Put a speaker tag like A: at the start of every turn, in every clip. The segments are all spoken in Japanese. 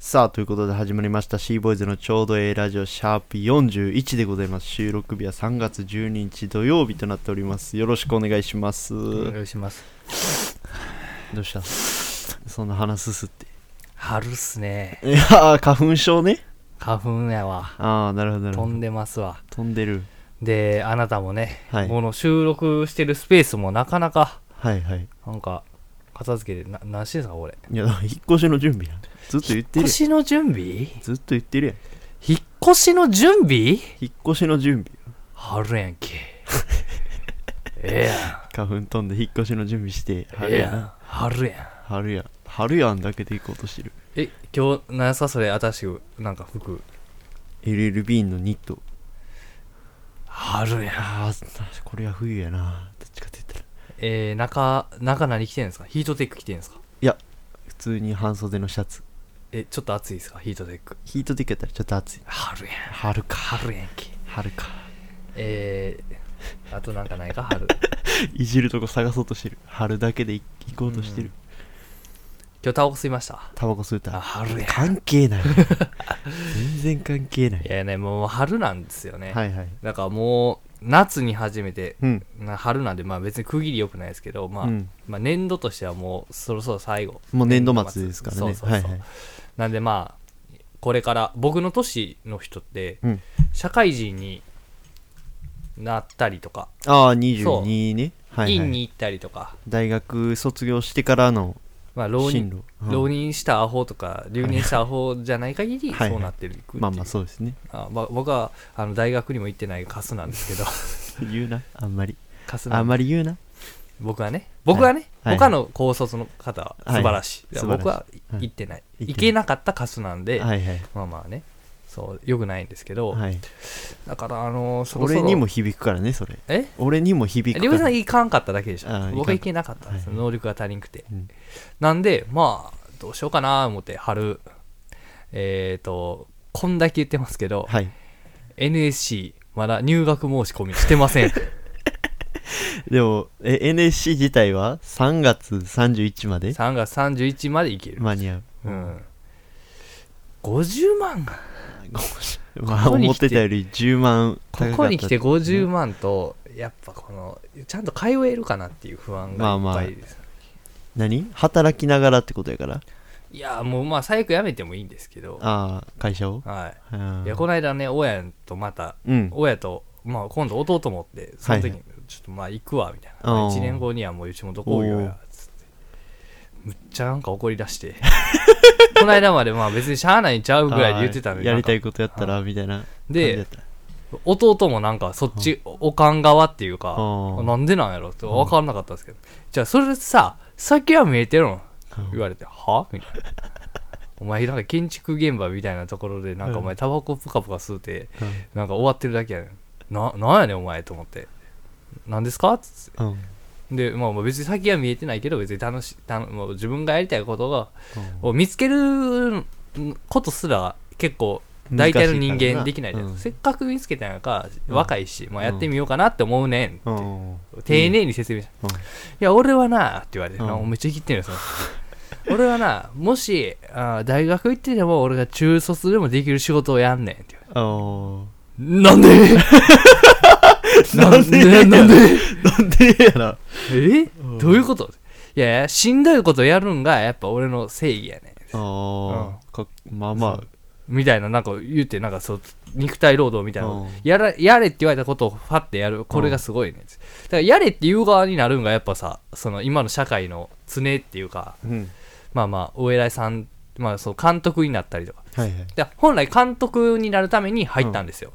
A: さあ、ということで始まりました C ボーイズのちょうどええラジオシャープ41でございます。収録日は3月12日土曜日となっております。よろしくお願いします。
B: お
A: ど
B: 願いします
A: うしたそんな鼻すすって。
B: 春っすね
A: いやー、花粉症ね。
B: 花粉やわ
A: ああ、なるほど、なるほ
B: 飛
A: ど。
B: んでますわ
A: 飛んでる。
B: であなたもね、
A: はい。
B: この収録してるスペースもなかなか
A: はいはい。
B: なんか片付けてな何してんすかこれ
A: いや、だから引っ越しの準備やん。ずっと言って
B: 引っ
A: る
B: 越
A: や
B: しの準備
A: ん。ずっと言ってるやん。
B: 引っ越しの準備
A: 引っ越しの準備。
B: 春やんけ え
A: 花粉飛んで引っ越しの準備して、
B: えやん
A: 春
B: ええ
A: や
B: や
A: な。
B: ん春やん
A: 春や。春やんだけで行こうとしてる。
B: え今日何すかそれ新しくなんか服
A: LL ビーンのニット。
B: 春や
A: あ
B: ん
A: あ、これは冬やな。どっちかって言ったら。
B: えー、中中何着てんすかヒートテック着てんすか
A: 普通に半袖のシャツ。
B: えちょっと暑いですかヒートテック
A: ヒートテックやったらちょっと暑い。
B: 春やん
A: 春か。
B: 春やんけ
A: 春か。
B: えー、あとなんかないか春
A: いじるとこ探そうとしてる。春だけで行行こうとしてる
B: うん。今日タバコ吸いました
A: タバコ吸うた。
B: 春
A: 関係ない。全然関係ないい。
B: やねもう春なんですよね、
A: はいはい。
B: だからもう夏に初めて
A: うん。
B: な春なんでまあ別に区切り良くないですけど、まあ
A: うん
B: まあ年度としてはもうそろそろ最後
A: もう年度末ですからね。
B: そうそうそう
A: はいはい。
B: なんでまあこれから僕の年の人って
A: うん。
B: 社会人になったりとか、
A: ああ、22ね。はい、は
B: 院に
A: い。
B: 行ったりとか、
A: 大学卒業してからの
B: まあ、浪
A: 進
B: 人
A: 路。
B: 浪
A: 人。
B: 人したアホとか留年したアホじゃない限り
A: はいはい
B: そうなってるっていう
A: まあまあそうですね。
B: あま僕はあの大学にも行ってないカスな んですけど
A: 言うな。あんまり。
B: カスな
A: あん
B: ん
A: まり言うな。
B: 僕はね僕はね、
A: はい
B: 他の高卒の方は素晴らしい,、
A: はい
B: 僕は
A: 晴らしいはい
B: 行ってない、
A: 行けない
B: 行けなかったカスなんで、
A: はいはい。
B: まあまあねそうよくないんですけど、
A: はい。
B: だからあのそろそろ
A: 俺にも響くからね、それ。
B: え
A: 俺にも響く
B: りょう
A: か
B: さ
A: ら
B: ん。行かんかっただけでしょ
A: あー
B: 僕は行けなかったんです、
A: はい
B: 能力が足りんくて、
A: うん
B: なんでまあどうしようかなと思って春えっ、とこんだけ言ってますけど、
A: はい。
B: NSC まだ入学申し込みしてませ ん
A: でも、え NSC 自体は3月31まで
B: 3月31まで行ける
A: 間に合う。
B: うん、50万が
A: まあ、
B: ここに
A: 思っ
B: 来て
A: てたより10万高
B: こ
A: かった
B: こに来て50万と、やっぱこのちゃんと通えるかなっていう不安がいっぱいです、
A: 何働きながらってことやから。
B: いやもうまあ最悪やめてもいいんですけど
A: ああ、会社を
B: は
A: うん
B: いいやこの間ね親とまた
A: うん。
B: 親と、まあ、今度弟持ってその時
A: は
B: にちょっとまあ行くわみたいな、
A: あー
B: 1年後にはもううちもどこ行くやつってむっちゃなんか怒り出して この間までまあ別にしゃあないんちゃうぐらいで言ってたの
A: あ
B: に
A: ーやりた
B: なん
A: いことやったら、みたいな。
B: で
A: 感じやっ
B: か弟もなんかそっちおかん側っていうか
A: あー
B: なんでなんやろって分からなかったんですけどじゃあそれでさ先は見えてるの
A: たうん
B: 言われてはみたいなお前なんか建築現場みたいなところでなんかお前タバコプカプカ吸うて、なんか終わってるだけやねん。な、なんやねんお前と思って。なんですかっつっ
A: うん。うん
B: て。で、まあまあ別に先は見えてないけど、別に楽し、たもう自分がやりたいことが、を見つけることすら結構、大体の人間できないじゃん。
A: 難し
B: せ
A: い
B: っかく見つけたんやから、
A: うん
B: 若いし、まあやってみようかなって思うねんって。
A: からなうんうん
B: 丁寧に説明した。
A: うん
B: いや、俺はな、って言われて、
A: うん
B: なめっちゃ生きてるよ、その俺はな、もし、あー大学行ってでも俺が中卒でもできる仕事をやんねんって言われて。
A: あー
B: なんで なんでなんで
A: なんでやら。
B: え
A: ん
B: どういうこといやいや、しんどいことやるんがやっぱ俺の正義やね
A: ああ、かまあま
B: みたいな、なんか言って、なんかそう、肉体労働みたい
A: うん
B: な。やら、やれって言われたことをファってやる。これがすごいね。だから、やれって言う側になるんがやっぱさ、その今の社会の常っていうか、
A: あ。うん。
B: まあまあ、お偉いさん、まあそう、監督になったりとか。
A: はいはい。
B: だから本来監督になるために入ったんですよ。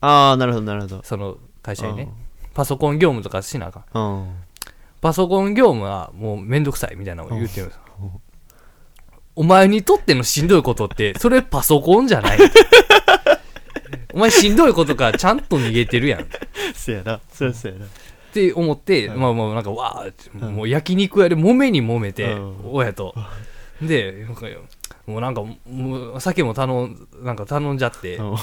A: ああ、なるほど、なるほど。
B: その会社にね。パソコン業務とかしなあかん。
A: うん。
B: パソコン業務はもうめんどくさいみたいなのを言ってるんですよお前にとってのしんどいことって、それパソコンじゃない。 お前しんどいことからちゃんと逃げてるやん。っ
A: そやな、そやそやな。
B: て思って、
A: はい
B: まあまあなんかわーって、
A: うん
B: もう焼肉屋で揉めに揉めて
A: うん、
B: 親と。で、なんかもうなんか、もう酒も頼ん、なんか頼んじゃって、
A: うん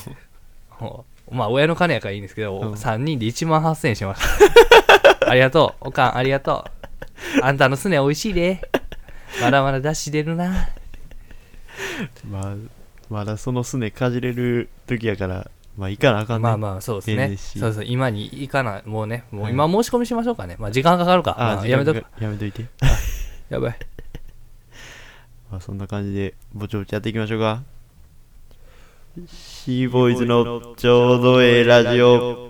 B: まあ親の金やからいいんですけど、
A: うん
B: 3人で1万8000円し ました。ありがとう。おかん、ありがとう。あんたのすね美味しいで。まだまだ出汁出るな。
A: まあ、まだそのすねかじれる時やから、まあ、いかなあかんね。
B: まあまあ、そうです
A: ええ
B: ね。
A: ですし
B: そうそう、今に行かない、もうね、も
A: は
B: う
A: い
B: 今申し込みしましょうかね。まあ、時間かかるか。
A: あ
B: まあ
A: 時間
B: やめと
A: か
B: く。
A: かやめといて。
B: やばい。
A: まあ、そんな感じで、ぼちぼちやっていきましょうか。シーボーイズのちょうどええラジオ。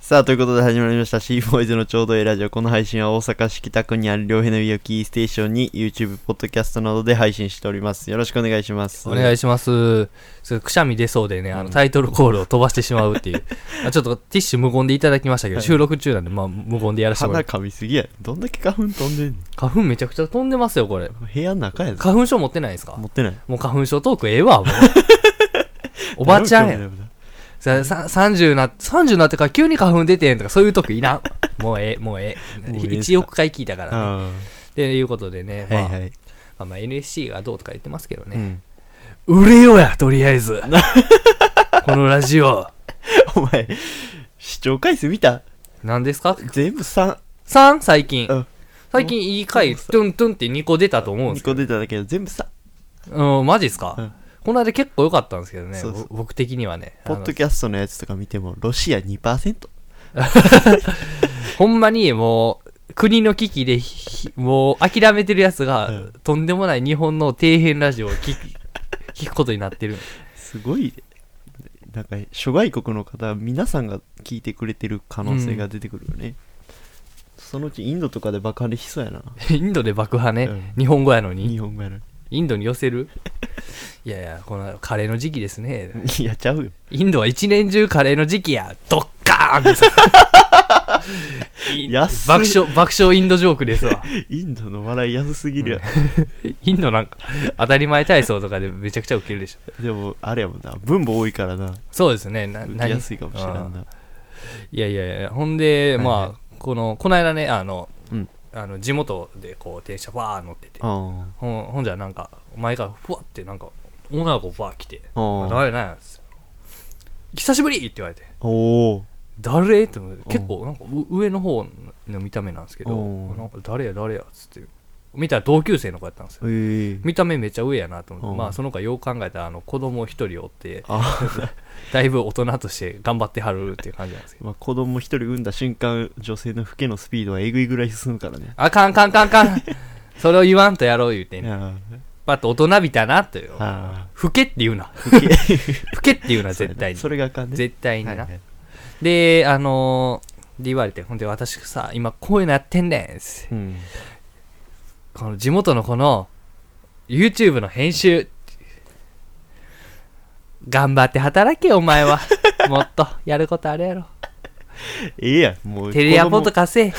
A: さあ、ということで始まりました c ボーイズのちょうどいいラジオ。この配信は大阪市北区にある両平の家をキーステーションに YouTube、ポッドキャストなどで配信しております。よろしくお願いします。
B: お願いします。そうくしゃみ出そうでね、あのタイトルコールを飛ばしてしまうっ ていう。あちょっとティッシュ無言でいただきましたけど、収録中なんで、まあ、無言でやらせてもら
A: 鼻
B: う。
A: 噛みすぎや。どんだけ花粉飛んでんの
B: 花粉めちゃくちゃ飛んでますよ、これ。
A: 部屋の中やぞ。
B: 花粉症持ってないですか
A: 持ってない。
B: もう花粉症トークえ えわ、もう。おばちゃんや。ささ30な、30なってから急に花粉出てんとかそういう時いらん。 もうええ、もうええ。
A: もうええっすか
B: 1億回聞いたからね。
A: あ
B: っていうことでね、
A: あ。
B: ま
A: は
B: あ
A: いはい。
B: まあまあ NSC がどうとか言ってますけど
A: う
B: ね。
A: ん。
B: 売れようや、とりあえず。このラジオ。
A: お前、視聴回数見た
B: 何ですか
A: 全部3、
B: ?3? 最近
A: うん。
B: 最近いい回、
A: そう
B: トゥントゥンって2個出たと思うん
A: 2
B: ですけ
A: 個出ただけど、全部3。
B: ど。うん、マジっ
A: う
B: すか
A: ん
B: この間結構良かったんですけどね
A: そうそう、
B: ぼ僕的にはね。
A: ポッドキャストのやつとか見ても、ロシア2%。
B: ほんまにもう、国の危機でひ、ひもう諦めてるやつが、
A: うん
B: とんでもない日本の底辺ラジオを聞き 聞くことになってる。
A: すごい、なんか、諸外国の方、皆さんが聞いてくれてる可能性が出てくるよね。そのうちインドとかで爆破できそうやな。
B: インドで爆破ね、
A: うん
B: 日本語やのに
A: 日。本語やのに。
B: インドに寄せるいやいや、このカレーの時期ですね。
A: いや、ちゃうよ。
B: インドは一年中カレーの時期や。ドッカーンです い
A: 安い
B: 爆笑、爆笑インドジョークですわ。
A: インドの笑い安すぎるやん。
B: インドなんか、当たり前体操とかでめちゃくちゃウケるでしょ。
A: でも、あれやもんな。分母多いからな。
B: そうですね。な
A: 受
B: 何
A: けやすいかもしれないな。
B: いやいやいや、ほん
A: は
B: で、
A: いはい
B: まあ、この、この間ね、あの、
A: うん
B: あの地元でこう、電車バー乗ってて、
A: ああ。
B: ほんほんじゃなんか、前からふわってなんか、女の子バー来て、
A: おー
B: 誰なんやつ久しぶりって言われて、
A: おお。
B: 誰って思って結構、なんかう上の方の見た目なんですけど、
A: おー
B: なんか誰や誰やっつって、見たら同級生の子やったんですよ。
A: ええ。
B: 見た目めっちゃ上やなと思っ
A: う
B: て、
A: ん
B: まあその子はよう考えたらあの子供一人おって、
A: あ
B: だいぶ大人として頑張ってはるっていう感じなんですよ。
A: まあ子供一人産んだ瞬間、女性の老けのスピードはえぐいぐらい進むからね。
B: あかんかんかんかん。それを言わんとやろう言うて
A: い
B: んね。
A: や
B: パッと大人びたなという。
A: あ
B: 老けって言うな。老けって言うな、絶対に。
A: それがあかんね。
B: 絶対にな。
A: はいはい
B: で、あのー、で言われて、ほんで私さ、今こういうのやってんねんっす。
A: うん。
B: この地元のこの、YouTube の編集。頑張って働けよ、お 前は。もっと、やることあるやろ。
A: ええやん、もう。
B: テレアポと
A: か。
B: 稼い。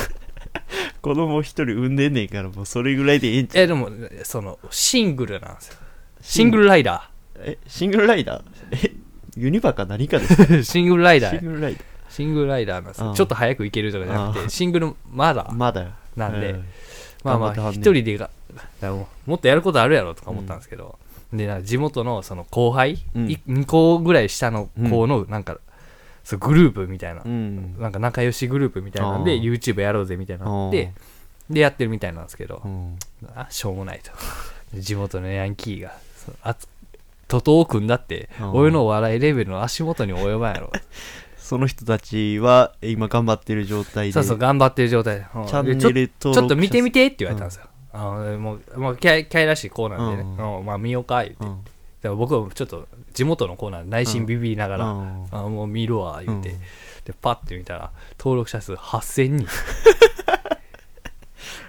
A: 子供一人産んでんねんから、もうそれぐらいでええんちゃう。
B: え、でも、その、シングルなんですよ。 シングルライダ
A: え、シングルライダーえ、ユニバか何かです か
B: ー。シングルライダー
A: シ
B: や
A: ン。グルライダ
B: シングルライダーなんですよ
A: うん
B: ちょっと早く行けるとかじゃなく
A: う
B: て、
A: ん
B: シングルマザ
A: ー。
B: ー。
A: まだよ。
B: なんで
A: う
B: まあ
A: 頑
B: ま
A: 張っては
B: あ、
A: んね
B: 一人でが、だからもうもっとやることあるやろとか思ったんですけど、で、なんか地元のその後輩、
A: うん
B: 2校ぐらい下の子の、なんか、そうグループみたいな、
A: うん。
B: なんか仲良しグループみたいなんで、
A: あー
B: YouTube やろうぜみたいなので、で、やってるみたいなんですけど
A: う、ん。
B: あしょうもないと。 地元のヤンキーが、そうあつ徒党を組んだって
A: う、ん
B: 俺の笑いレベルの足元に及ばんやろ。
A: その人たちは、え今頑張ってる状態で。
B: そうそう、頑張ってる状態で。うん
A: チャンネル
B: でち
A: 登録
B: ょ
A: 者数
B: ちょっと見てみてって言われたんですよ。あのもう、もうキャイキャイらしい子なんでね、
A: う
B: うんまあ見ようか、言うて。
A: うん。
B: でも僕はちょっと地元の子なんで内心ビビりながら、
A: うん
B: あもう見るわ、言うて。
A: うん
B: で、パッて見たら、登録者数8000人。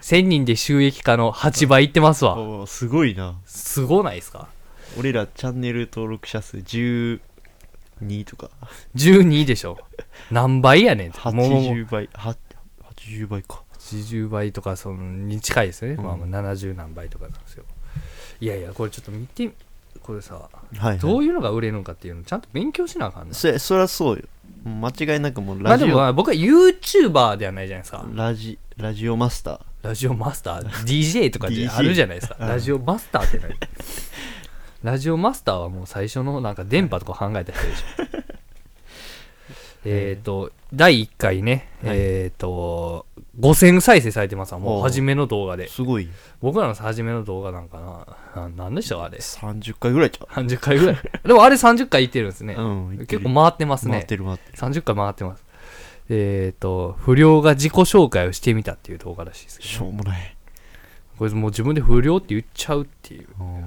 B: 1000人で収益化の8倍いってますわ。
A: おーすごいな。
B: すごないですか
A: 俺らチャンネル登録者数12とか
B: ?12 でしょ。何倍やねんってもうもう
A: 80倍は80倍か
B: 80倍とかそのに近いですよね、
A: うん
B: まあ、まあ70何倍とかなんですよいやいやこれちょっと見てこれさ
A: はい、
B: ど
A: う
B: ういうのが売れるのかっていうのちゃんと勉強しなあかんね
A: そそりゃそうよもう間違いなくもう
B: まあ
A: ラ
B: で
A: ジ
B: も
A: オ、
B: まあ僕は YouTuber ではないじゃないですか
A: ラジラジオマスター
B: ラジオマスター DJ とかって
A: DJ
B: あるじゃないですか
A: うん
B: ラジオマスターって何ラジオマスターはもう最初のなんか電波とか考えた人でしょえっと第1回ね、
A: はい
B: えっ、と5000再生されてますわも
A: お
B: う
A: う
B: 初めの動画です
A: ごい
B: 僕らの初めの動画なんかなな何でしたかあれ
A: 30回ぐらいちゃ
B: 30回ぐらい でもあれ30回いってるんですね
A: う、うんいって
B: 結
A: る
B: 構回ってます
A: 回っ
B: ね
A: てる回ってる
B: 30回回ってますえっ、と不良が自己紹介をしてみたっていう動画らしいですけ
A: し
B: ど
A: ょうもない
B: これもう自分で不良って言っちゃうっていう
A: うん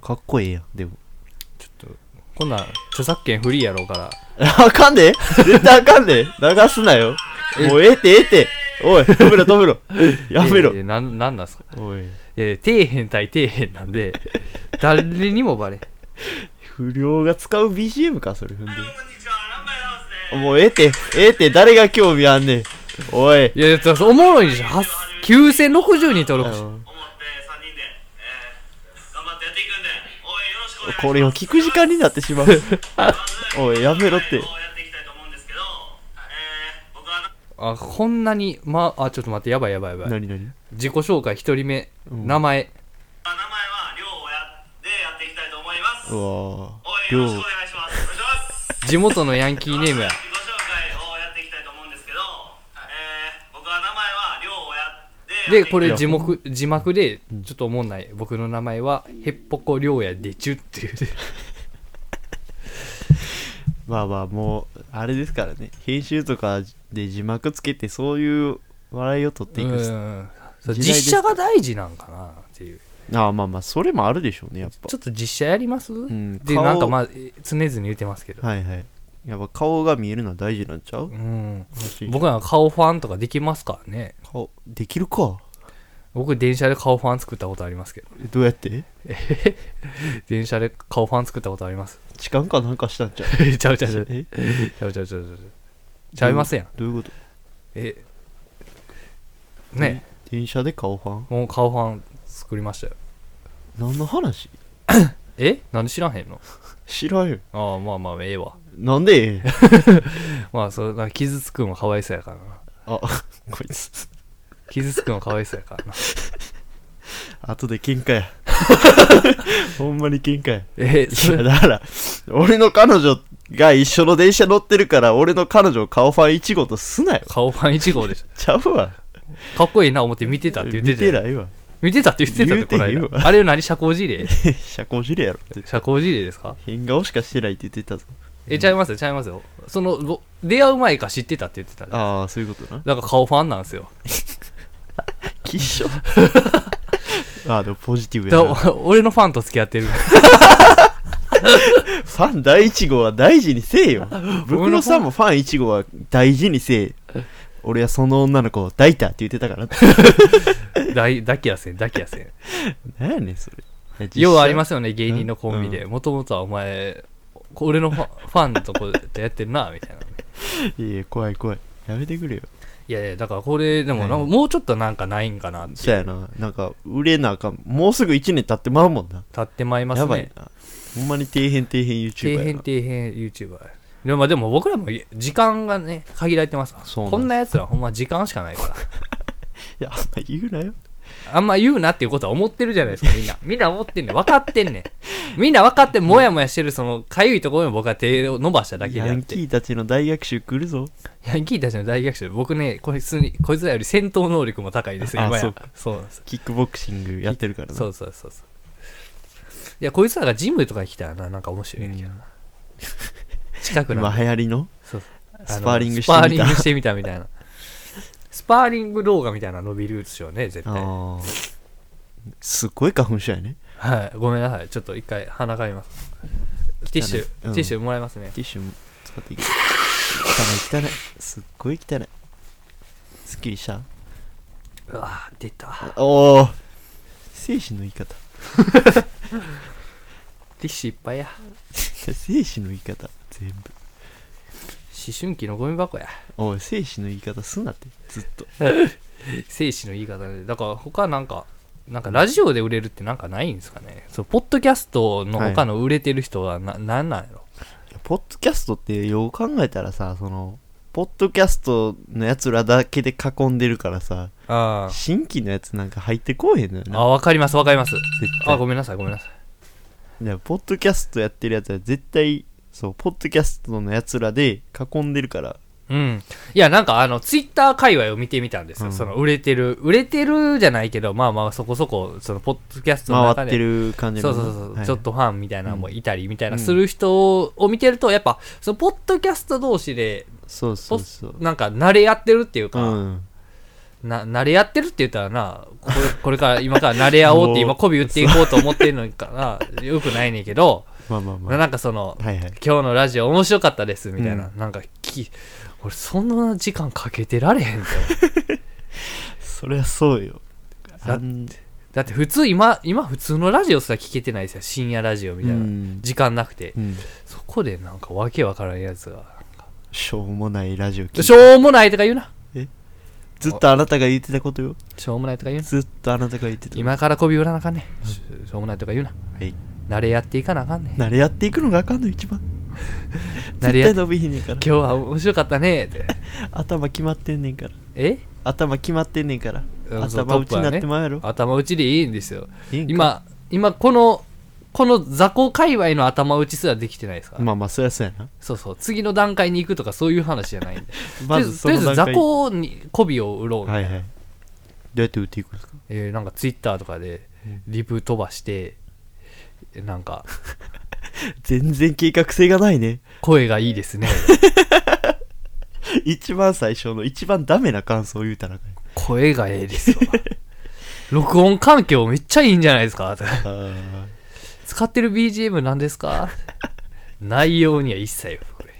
A: かっこええやんでも
B: ちょっとこんなん著作権フリーやろうから
A: あかんで絶対あかんで流すなよもうええってええっておい止めろ止めろやめろ
B: いいなんなんなんすか
A: おい
B: いやいや底辺対底辺なんで 誰にもバレ
A: 不良が使う BGM かそれ踏んでもうええってええって誰が興味あんねんおい
B: いやいやだからおもろいでしょはっ9060人登
A: あ
B: 録し
A: の
C: 思って3人で、えー、頑張ってやっていくんで応援よろしくお願いします
A: これを聞く時間になってしまうおいやめろって
C: 応援やっていきたいと思うんですけど、えー、僕は
B: あこんなにまあちょっと待ってやばいやばいやばい
A: 何何
B: 自己紹介1人目、
A: うん
B: 名前
C: 名前は亮をやでやっていきたいと思います
A: う
C: 応
A: わ量
C: 援よろしくお願いしますお願いします
B: 地元のヤンキーネームや
C: 自己紹介をやっていきたいと思うんですけど、えー、僕は名前は亮をやで
B: で
C: やっていきたい
B: これ字幕字幕でちょっとおもんない僕の名前はへっぽこりょうやでちゅっていう
A: まあまあもうあれですからね編集とかで字幕つけてそういう笑いを取っていくス
B: うんそう
A: 時代です
B: 実写が大事なんかなっていう
A: ああまあまあそれもあるでしょうねやっぱ
B: ちょっと実写やります、
A: ん
B: で
A: 顔
B: なんかまあえ常々言ってますけど、
A: はいはいやっぱ顔が見えるのは大事なんちゃう
B: うん
A: 欲しい
B: 僕ら顔ファンとかできますからね
A: 顔できるか
B: 僕電車で顔ファン作ったことありますけど
A: えどうやって
B: 電車で顔ファン作ったことあります
A: 痴漢かなんかしたん ちゃう
B: ちゃうちゃうちゃう
A: え
B: ちゃうちゃうちゃうちゃうちゃいますやん
A: どういうこと
B: えね
A: 電車で顔ファン
B: もう顔ファン作りましたよ
A: 何の話
B: えなんで知らへんの
A: 知らんよ
B: ああまあまあええわ
A: なんで
B: まあそうなんか傷つくんはかわいそうやからな
A: あこいつ
B: 傷つくんはかわいそうやからな
A: 後で喧嘩 やほんまに喧嘩や
B: え
A: い
B: そ
A: や
B: れ
A: だから俺の彼女が一緒の電車乗ってるから俺の彼女を顔ファン1号とすなよ
B: 顔ファン1号でし
A: ちゃうわ
B: ょかっこいいな思って見てたって言って
A: 見
B: た
A: て
B: よ
A: ないわ
B: 見てたって言ってたってこない
A: 言うてへん
B: あれ何社交辞令
A: 社交辞令やろって
B: 社交辞令ですか
A: 変顔しかしてないって言ってたぞ
B: え、ちゃいますよ、ちゃいますよ。その、ぼ出会う前か知ってたって言ってたんで。
A: ああそういうことな
B: だから顔ファンなんですよ。
A: きっし ょああでもポジティブ
B: だ
A: や
B: か
A: なフ
B: らお俺のファンと付き合ってる。
A: ァン第1号は大事にせえよブクロさんもファン1号は大事にせえ俺はその女の子を抱いたって言ってたからな
B: だい抱きやせん、抱きやせん。
A: 何やねんそれ
B: ようありますすよね、芸人のコンビで。もともとはお前、俺のファファンとこうやってやってるな、みた いな。
A: いやいや怖い怖いやめてくれよ
B: いやいや、だからこれ、でもな、
A: うん
B: もうちょっとなんかないんかなっていう。
A: そうやななんか売れなあかんもうすぐ1年経ってまうもんな
B: 立ってまいります
A: やばい
B: ね。
A: なほんまに底辺底辺 YouTuber
B: 底
A: やな
B: 辺底辺 YouTuber。でもまあでも僕らもい時間がね、限られてますから
A: そうなんです
B: こんなやつらほんま時間しかないか
A: い
B: ら。
A: やあんま言うなよ
B: あんま言うなっていうことは思ってるじゃないです か、みんな。みんな思ってんねん。分かってんねん。みんな分かって、もやもやしてる、その、かゆいところに僕は手を伸ばしただけであ
A: ヤ
B: っ
A: ン
B: て。
A: キーたちの大学習来るぞ
B: ヤンキーたちの大逆襲。僕ね、こいつに、こいつらより戦闘能力も高いですよ、
A: あ
B: 今や
A: そうか
B: そうなんですよ。
A: キックボクシングやってるからな
B: そうそうそうそう。いや、こいつらがジムとかに来たらな、なんか面白いんやけどな。近く
A: 今
B: の。
A: 流行りの
B: そうあの
A: スパーリングして
B: スパー
A: み
B: リ
A: た
B: ングしてみたみたいな。スパーリング動画みたいなの伸びるでしょうね、絶対。は
A: ああすごい花粉症やね
B: い。ごめんなさい。ちょっと一回鼻かみます。ティッシュ、
A: うん
B: ティッシュもらえますね。
A: ティッシュ使っていく汚い汚いすっごい汚いすっきりした
B: うわー出た
A: おお精神の言い方
B: ティッシュいっぱいや
A: 精神の言い方全部
B: 思春期のゴミ箱や
A: おい精子の言い方すんなってずっと
B: 精子の言い方でだから他なんかなんかラジオで売れるってなんかないんですかねそうポッドキャストの他の売れてる人はな、なんなんやろ
A: ポッドキャストってよう考えたらさそのポッドキャストのやつらだけで囲んでるからさ
B: あ
A: 新規のやつなんか入ってこうへんのよ
B: あ
A: な
B: わかりますわかります
A: 絶対
B: あごめんなさいごめんなさい
A: いやポッドキャストやってるやつは絶対そうポッドキャストのやつらで囲んでるから
B: うん。いや、なんかあの、ツイッター界隈を見てみたんですよ。
A: うん
B: その、売れてる、売れてるじゃないけど、まあまあ、そこそこ、その、ポッドキャストの中
A: 回っ
B: で。
A: てる感じの
B: そうそうそう、
A: はい
B: ちょっとファンみたいなのもいたりみたいな、
A: うん
B: する人を見てると、やっぱ、その、ポッドキャスト同士で、
A: そうそ
B: ポ
A: うそう
B: なんか、慣れ合ってるっていう
A: う
B: か、
A: ん
B: な、慣れ合ってるって言ったらな、これ これから、今から慣れ合おうって、
A: もう
B: 今、媚び打っていこうと思ってるのから、よくないねんけど、
A: まあまあまあ
B: なんかその、
A: はいはい
B: 今日のラジオ面白かったですみたいな、
A: う
B: なんかき俺そんな時間かけてられへんって思う
A: そりゃそうよあん
B: だって普通今今普通のラジオすら聞けてないですよ深夜ラジオみたいな、
A: うん
B: 時間なくて、
A: うん
B: そこでなんかわけわからんやつが
A: しょうもないラジオ聞いて
B: しょうもないとか言うな
A: ずっとあなたが言ってたことよ
B: しょうもないとか言うな
A: ずっとあなたが言ってた
B: 今から媚び売らなあかんねししょうもないとか言うな
A: はい
B: 慣れやっていかなあかんね
A: 慣れやっていくのがあかんの 一番
B: 慣
A: 絶
B: れや
A: 対
B: っ
A: 伸びひんねんから
B: 今日は面白かったねって
A: 頭決まってんねんから
B: え
A: 頭決まってんねんから
B: うんそう
A: 頭打ち
B: トップは
A: に
B: ね
A: なってまうやろ
B: 頭打ちでいいんですよ
A: いいんか
B: 今今このこの雑魚界隈の頭打ちすらできてないですから、
A: まあまあそりゃそうやな
B: そうそう次の段階に行くとかそういう話じゃないんで
A: まず
B: と
A: そ
B: り
A: の
B: あえずとりあえず
A: 段
B: 雑
A: 階
B: 魚に媚びを売ろうみた
A: はいい
B: な、
A: はいどうやって打っていくんですか
B: えーなんかツイッターとかでリプ飛ばして、えなんか
A: 全然計画性がないね
B: 声がいいで すね
A: 一番最初の一番ダメな感想を言うたらあかんよ
B: 声がええですわ録音環境めっちゃいいんじゃないですか使ってる BGM 何ですか内容には一切触れ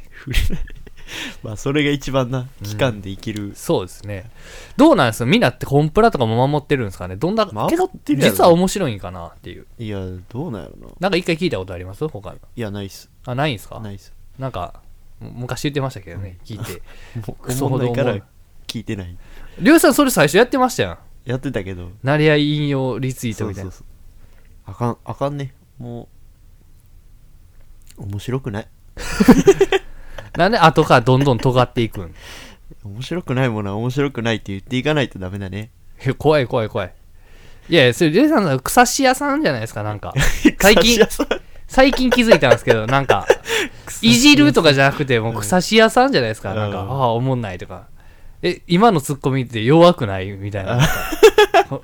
A: まあそれが一番な期間でいける、
B: そうですねどうなんですかみんなってコンプラとかも守ってるんですかねどんな
A: 守
B: 結構
A: ってるやろ
B: 実は面白いんかなっていう
A: いやどうなんやろな
B: なんか一回聞いたことあります他に
A: いやないっす
B: あないんですか
A: ないっす
B: なんか、む昔言ってましたけどね、聞いて。
A: もう
B: クソ
A: おもんないか
B: ほどおもん
A: ら
B: な
A: 聞いてない
B: りょうさん、それ最初やってましたやん。
A: やってたけど
B: なりあい引用リツイート
A: そう
B: みたい
A: そ
B: な。
A: うそうあかんあかんねもう面白くない
B: なんで後からどんどん尖っていくん
A: 面白くないものは面白くないって言っていかないとダメだね
B: いや怖い怖い怖い。いやいや、それ、りょうさんの草し屋さんじゃないですか、なんか。最近
A: 草師屋さん
B: 最近気づいたんですけ ど、なんか、いじるとかじゃなくて、もう草し屋さんじゃないですか、なんか、あ
A: うん
B: あ、おもんないとか。え、今のツッコミって弱くないみたい な。なんかこ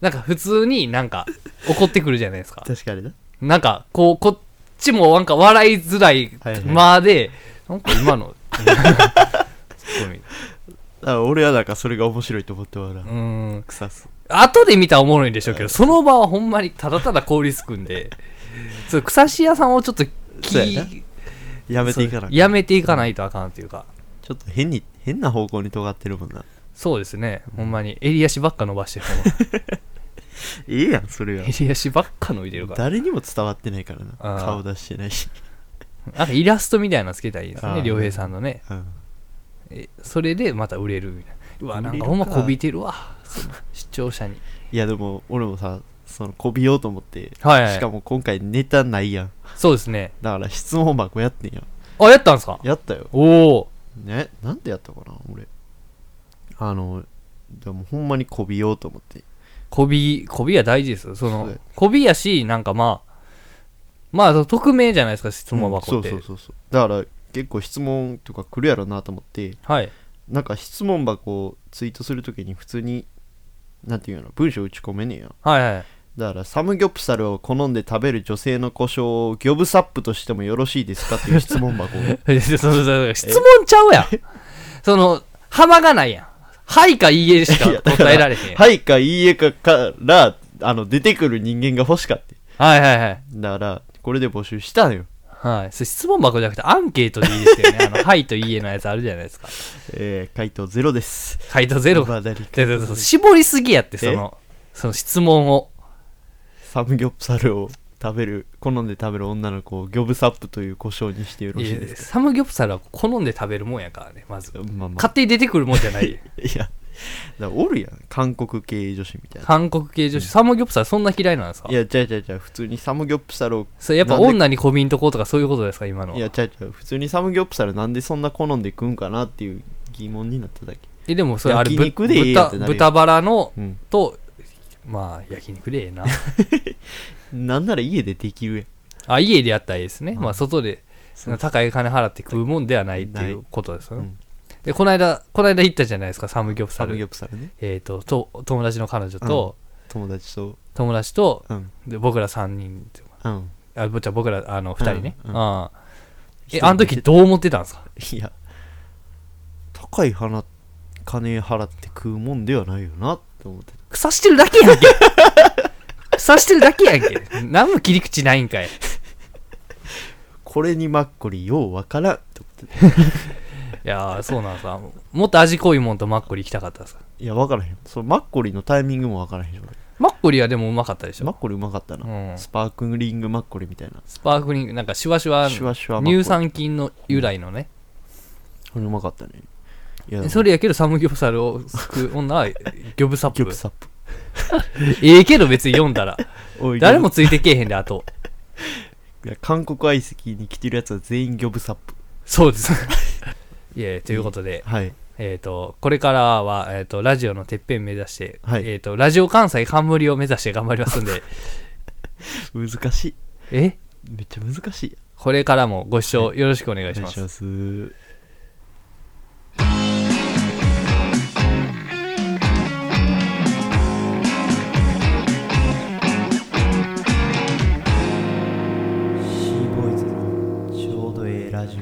B: なんか普通になんか怒ってくるじゃないです か。
A: 確かにな
B: なんか、こう、こっちもなんか笑いづらい
A: はいはい
B: 間で、なんか 今の、ツッコミ
A: だから俺はなんかそれが面白いと思って笑
B: う
A: う
B: ーん。
A: 草す
B: 後で見たらおもろいんでしょうけど、その場はほんまにただただ効率くんで、そう、草し屋さんをちょっと
A: そうやな
B: き、
A: やめていかな
B: そう
A: い
B: やめていかないとあかんっていうか、
A: ちょっと変に変な方向に尖ってるもんな
B: そうですね、ほんまに襟足ばっか伸ばしてる
A: ええやんそれは
B: 襟足ばっか伸びてるから。
A: 誰にも伝わってないからな
B: あー
A: 顔出してないし、
B: なんかイラストみたいなのつけたらいいです
A: あ
B: ね、
A: ー
B: 良平さんのね。
A: うん、
B: えそれでまた売れるみたいな。うわ、なんかほんまこびてるわ、その視聴者に。
A: いやでも俺もさそのこびようと思って、
B: はいはい
A: しかも今回ネタないやん
B: そうですね。
A: だから質問箱やってんやん
B: あ、やったんですか
A: やったよ
B: おお
A: ねなんでやったかな俺あのでもほんまにこびようと思って
B: こび、こびは大事ですよ。そ
A: そう
B: の
A: や、
B: こびやし、なんかまあ、まあ、匿名じゃないですか、質問箱って。
A: うんそうそうそうそうだから結構質問とか来るやろなと思って
B: はい。
A: なんか質問箱をツイートするときに普通になんていうの文章打ち込めねえやん
B: はいはい。
A: だからサムギョプサルを好んで食べる女性の故障をギョブサップとしてもよろしいですかっていう質問 箱を
B: そうそうそう質問ちゃうやん。その、幅がないやん。はいかいいえし
A: い
B: か
A: やだから
B: 答えられへん。
A: はいかいいえかからあの出てくる人間が欲しかって
B: はいはいはい。
A: だからこれで募集したのよ
B: はい。それ質問箱じゃなくて、アンケートでいいですよね。あの、はいといいえのやつあるじゃないですか。
A: えー、回答ゼロです
B: 回答ゼロ。
A: まだ理
B: で
A: 解
B: でで絞りすぎやって、その、その質問を。
A: サムギョプサルを食べる好んで食べる女の子をギョブサップという故障にしてよろしい
B: い
A: で
B: や
A: す
B: サムギョプサルは好んで食べるもんやからね、まず
A: か。まあまあ
B: 勝手に出てくるもんじゃない。
A: いやだからおるやん韓国系女子みたいな
B: 韓国系女子、サムギョプサルそんな嫌いなんですか
A: いや違う違う違う普通にサムギョプサルを
B: それやっぱ
A: なんで
B: 女にこびんとこうとかそういうことですか今のはい
A: や違う違う普通にサムギョプサルなんでそんな好んで食うんかなっていう疑問になっただけ
B: えでもそれあれ
A: 焼肉でええやんってなるよ
B: 豚豚バラの
A: うん
B: とまあ焼肉でええな
A: なんなら家でできるやん
B: あ家でやったらいいですね、まあ、外で
A: そう
B: 高い金払って食うもんではないっていうことですよね、
A: うん
B: でこの間この間行ったじゃないですかサムギョプサ
A: サムギ
B: ル
A: ョプサルね
B: えっ、とと友達の彼女と、
A: 友達と
B: 友達と
A: うん
B: で僕ら3人
A: うん
B: あぼちゃん僕らあの2人ね、
A: う
B: うんん
A: うん
B: えあの時どう思ってたんですか
A: いや高い花金払って食うもんではないよなって思ってた
B: 腐してるだけ やんけ腐してるだけやんけ何も切り口ないんかい
A: これにマッコリようわからんって思ってた
B: いやーそうなんさもっと味濃いもんとマッコリ行きたかったさ
A: いやわからへんそのマッコリのタイミングもわからへんし俺
B: マッコリはでもうまかったでし
A: マッ
B: ょ
A: コリうまかったな、
B: うん
A: スパークリングマッコリみたいな
B: スパークリングなんかシュワシュワ
A: シュワシュワマッコリ
B: 乳酸菌の由来のね、
A: これうまかったねいや
B: それやけどサムギョプサルを救う女 はギョブサッ
A: ギョ
B: プ
A: プサップ
B: ええけど別に読ん だら
A: おい
B: 誰もついてけえへんであ と
A: いや韓国相席に来てるやつは全員ギョブサップ
B: そうです いえということで、
A: はい
B: えー、とこれからは、えー、とラジオのてっぺん目指して、
A: はい
B: えー、とラジオ関西冠を目指して頑張ります んで
A: 難しい
B: え
A: めっちゃ難しい
B: これからもご視聴よろしくお願
A: お
B: いします。
A: すお願いしますシーボーイズのちょうどええラジオ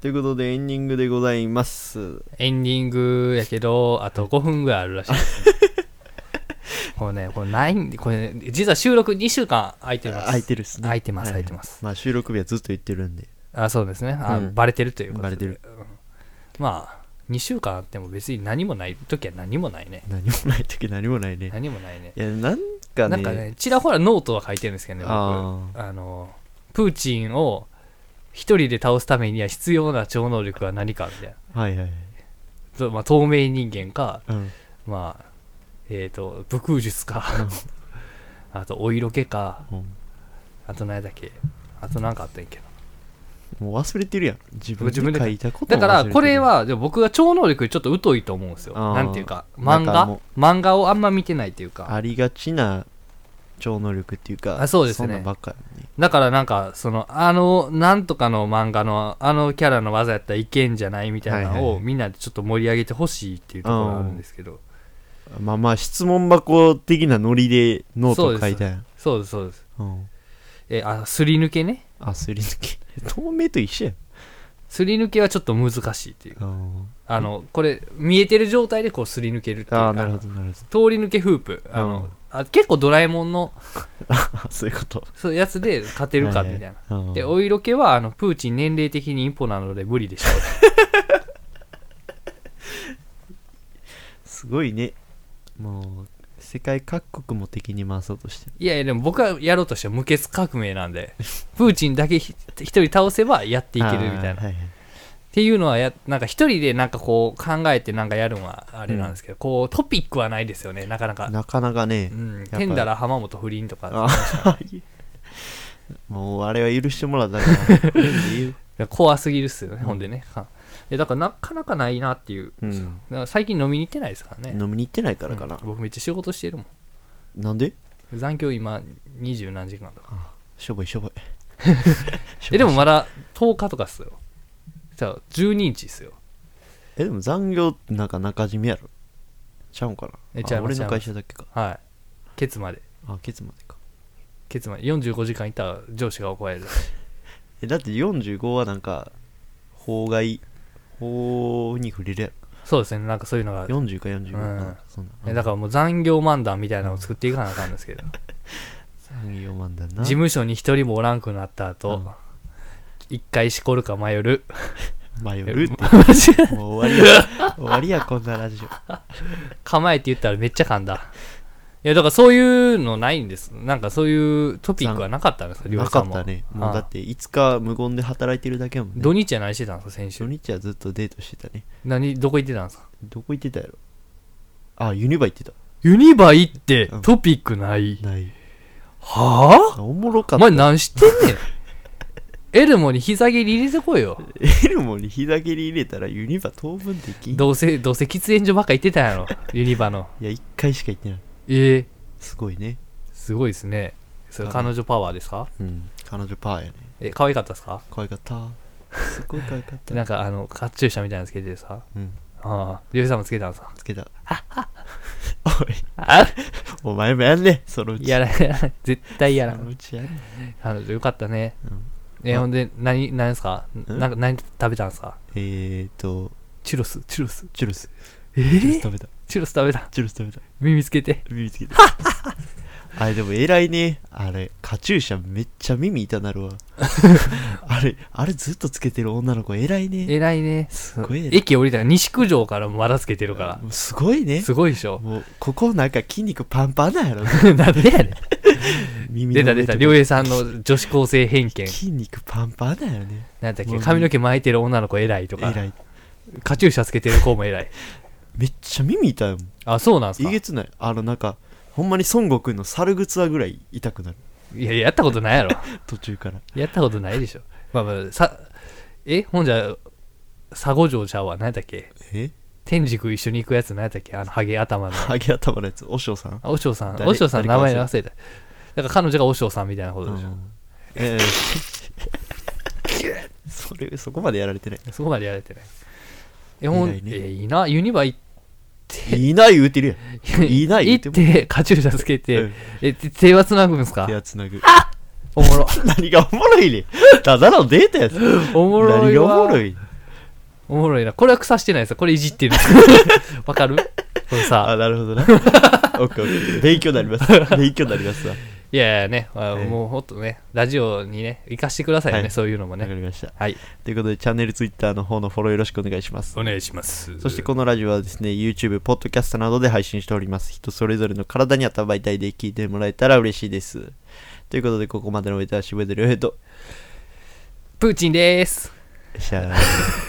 A: ということでエンディングでございます
B: エンディングやけど、あと5分ぐらいあるらしい。 これね、これないんで、これ、ね、実は収録2週間空いてます。
A: 空いてるっすね
B: 空いてます
A: はい
B: 空いてます
A: まあ収録日はずっと言ってるんで
B: あそうですねあ、
A: うん
B: バレてるということで
A: バレてる
B: うんまあ、2週間あっても別に何もない時は何もないね。
A: 何もない時何もないね
B: 何もないね。
A: いやなんかね
B: なんかね、ちらほらノートは書いてるんですけどね、僕
A: あ
B: あの、プーチンを一人で倒すためには必要な超能力は何かみたいな
A: はいはい、
B: そう。まあ、透明人間か、
A: うん、
B: まあ、えっ、と、武空術か、あと、お色気か、
A: うん
B: あと何だっけ、あと何かあったんやけど。
A: もう忘れてるやん自
B: 自
A: 分
B: 分
A: で
B: で
A: 書いたこと
B: だ
A: も
B: から、これ
A: 忘
B: は、でも僕は超能力にちょっと疎いと思うんですよ。
A: あー
B: なんていうか、
A: なん
B: 漫
A: か
B: 画
A: も
B: 漫画をあんま見てないっていう
A: れてる
B: か。
A: ありがちな超能力っていうか
B: あそうですね
A: そんなんばっかやね
B: だから、なんか、その、あの、なんとかの漫画の、あのキャラの技やったらいけんじゃないみたいな
A: はいはい
B: の
A: は
B: を、
A: い
B: みんなでちょっと盛り上げてほしいっていうところがあるんですけど。
A: まあまあ質問箱的なノリでノートを書いたやん
B: そうです、そうです。
A: うん
B: え、あ、すり抜けね。
A: あすり抜け透明と一緒やん
B: すり抜けはちょっと難しいってい
A: う
B: う。
A: ん
B: あの、これ、見えてる状態でこうすり抜けるってい
A: あ
B: うか
A: あなるほどなるほ
B: 通り抜けフープ。あの、
A: うん
B: あ結構ドラえもんの
A: ど そういうこと
B: そういうやつで勝てるかみたいな。
A: はは
B: で、
A: うん
B: お色気は、あの、プーチン年齢的にインポなので無理でし ょ
A: すごいねもう世界各国も敵に回そうとしてる
B: う。いやいや、でも僕はやろうとしては無血革命なんで、プーチンだけひ一人倒せばやっていけるみたい
A: あー
B: な。っ
A: はいはい
B: ていうのはや、なんか一人でなんかこう考えてなんかやるのはあれなんですけど、こうトピックはないですよね、なかなか。
A: なかなかね
B: うん。
A: ぱ
B: テンダラー浜本不倫とか。
A: あ もうあれは許してもらったからいいよ
B: いや怖すぎるっすよね、ほんでね。はえだからなかなかないなっていう。
A: うん
B: だから最近飲みに行ってないですからね。
A: 飲みに行ってないからかな
B: うん僕めっちゃ仕事してるもん。
A: なんで
B: 残業今二十何時間とか。
A: しょぼいしょぼいしょぼい
B: え、でもまだ10日とかっすよ。じゃあ12日っすよ。
A: えでも残業ってなんか中締めやろちゃうんかな
B: えちゃい
A: あ
B: ます
A: 俺の会社だけか
B: はい。ケツまで。
A: あケツまでか
B: ケツまで。45時間いったら上司が怒られる。
A: えだって45はなんか法外法に触れるや
B: そうですね、なんかそういうのが。
A: ろ40か45か、
B: うん
A: そんな
B: えだからもう残業漫談みたいなのを作っていかなあかんですけど。
A: 残業マンだな
B: 事務所に一人もおらんくなった後、一回しこるか迷る。
A: 迷うっ て
B: マジで
A: もう終わりや終わりやこんなラジオ
B: 構えって言ったらめっちゃ噛んだ。いや、だからそういうのないんです。なんかそういうトピックはなかったんですか、りょ
A: な
B: う
A: か
B: さ
A: っ
B: んも。
A: たねもうだっ
B: ああ
A: ていつか無言で働いてるだけやもんね
B: 土日は何してたんですか、先
A: 初
B: 週。
A: 日はずっとデートしてたね
B: 何、どこ行ってたんですか
A: どこ行ってたやろあユニバ行ってた
B: ユニバ行って
A: うん
B: トピックない。
A: ない
B: は
A: あおもろ
B: あ
A: かった
B: お前何してんね ん。エルモに膝蹴り入れてこいよ。
A: エルモに膝蹴り入れたらユニバ当分できんい
B: どうせ、どうせ喫煙所ばっか行ってたんやろ。ユニバの。
A: や一回しか行ってない
B: ええ
A: すごいね
B: すごいですね。それ
A: はい
B: 彼女パワーですか
A: うん彼女パーやね
B: え、可愛かったですか
A: 可愛かったすっごい可愛かった
B: なんか、あの、カッチューシャみたいなのつけてさ。
A: うん
B: ああ、リュウジさんもつけたんですか
A: つけたおいお前もやんねそのうち
B: やらない。 絶対やら
A: その
B: ん。
A: うちやんね
B: 彼女よかったね。
A: うん
B: え、
A: あ
B: ほんで、何、何ですか
A: ん
B: なんか、何食べたんですか
A: えーと
B: チュロス、チュロス。
A: チュルス
B: え
A: チュルス
B: ー
A: 食べた
B: チュロス食べた。
A: チュルス食べた
B: 耳つけて。
A: 耳つけてあれでも偉いねあれカチューシャめっちゃ耳痛なるわあれあれずっとつけてる女の子偉いね
B: 偉いね。
A: ごいね
B: 駅降りたら西九条からもまだつけてるか
A: もうすごい
B: ら。
A: ね
B: すごいでしょ。
A: もうここなんか筋肉パンパンなんやろ
B: なんでやねん。
A: 耳の
B: 出た出た、良
A: 上
B: 平さんの女子高生偏
A: と。
B: 見
A: 筋肉パンパンなんやろね
B: なんだっ
A: も
B: け、
A: う
B: 髪の毛巻いてる女の子偉いとか、
A: 偉い
B: カチューシャつけてる子も偉い。
A: めっちゃ耳痛いもん
B: あ、そうなんす
A: え
B: か
A: げつないあのなんかほんまに孫悟空の猿グツアぐらい痛くなる
B: いや、やったことないやろ。
A: 途中から
B: やったことないでしょ。まあまあ、さ、え、ほんじゃ、佐護城ちゃうわ、何だっけ。
A: え
B: 天竺一緒に行くやつ何だっけ、あの、ハ ゲ頭の。
A: ハゲ頭のやつおしょうさん
B: あ、おしょうさん。
A: 誰
B: おしょうさん、
A: 誰か忘
B: 名
A: れ
B: 前
A: た
B: 忘れた。だから彼女がおしょうさんみたいなことでしょ。
A: うんええ それそこまでやられてない
B: そこまでやられてない。え、ほん、
A: 偉いね
B: えいいな、ユニバ行っ
A: いない言うてるやん。いない言う
B: 行
A: て
B: っ
A: も。
B: て、カチューシャつけて、
A: うん
B: え、て手はつなぐんですか
A: 手はつなぐ。
B: おもろ。
A: 何がおもろいねんただのデータやつ。
B: おもろ
A: 何
B: い
A: が
B: わ。
A: おもろい
B: おもろいな。これは腐してないですよ。これいじってる。 わかるこれ
A: あ、
B: さ、
A: なるほ どな。オッケーオッケー。勉強になります。勉強になりますわ。
B: いやいやね、あ
A: ええ
B: もうほんとね、ラジオにね、生かしてくださいよね、
A: はい
B: そういうのも
A: わか
B: ね。
A: りました。
B: はい。
A: ということで、チャンネル、ツイッターの方のフォローよろしくお願いします。
B: お願いします。
A: そしてこのラジオはですね、YouTube、ポッドキャストなどで配信しております。人それぞれの体にあった媒体で聞いてもらえたら嬉しいです。ということで、ここまでのお相手は渋谷で両平と、
B: プーチンです。
A: シャー。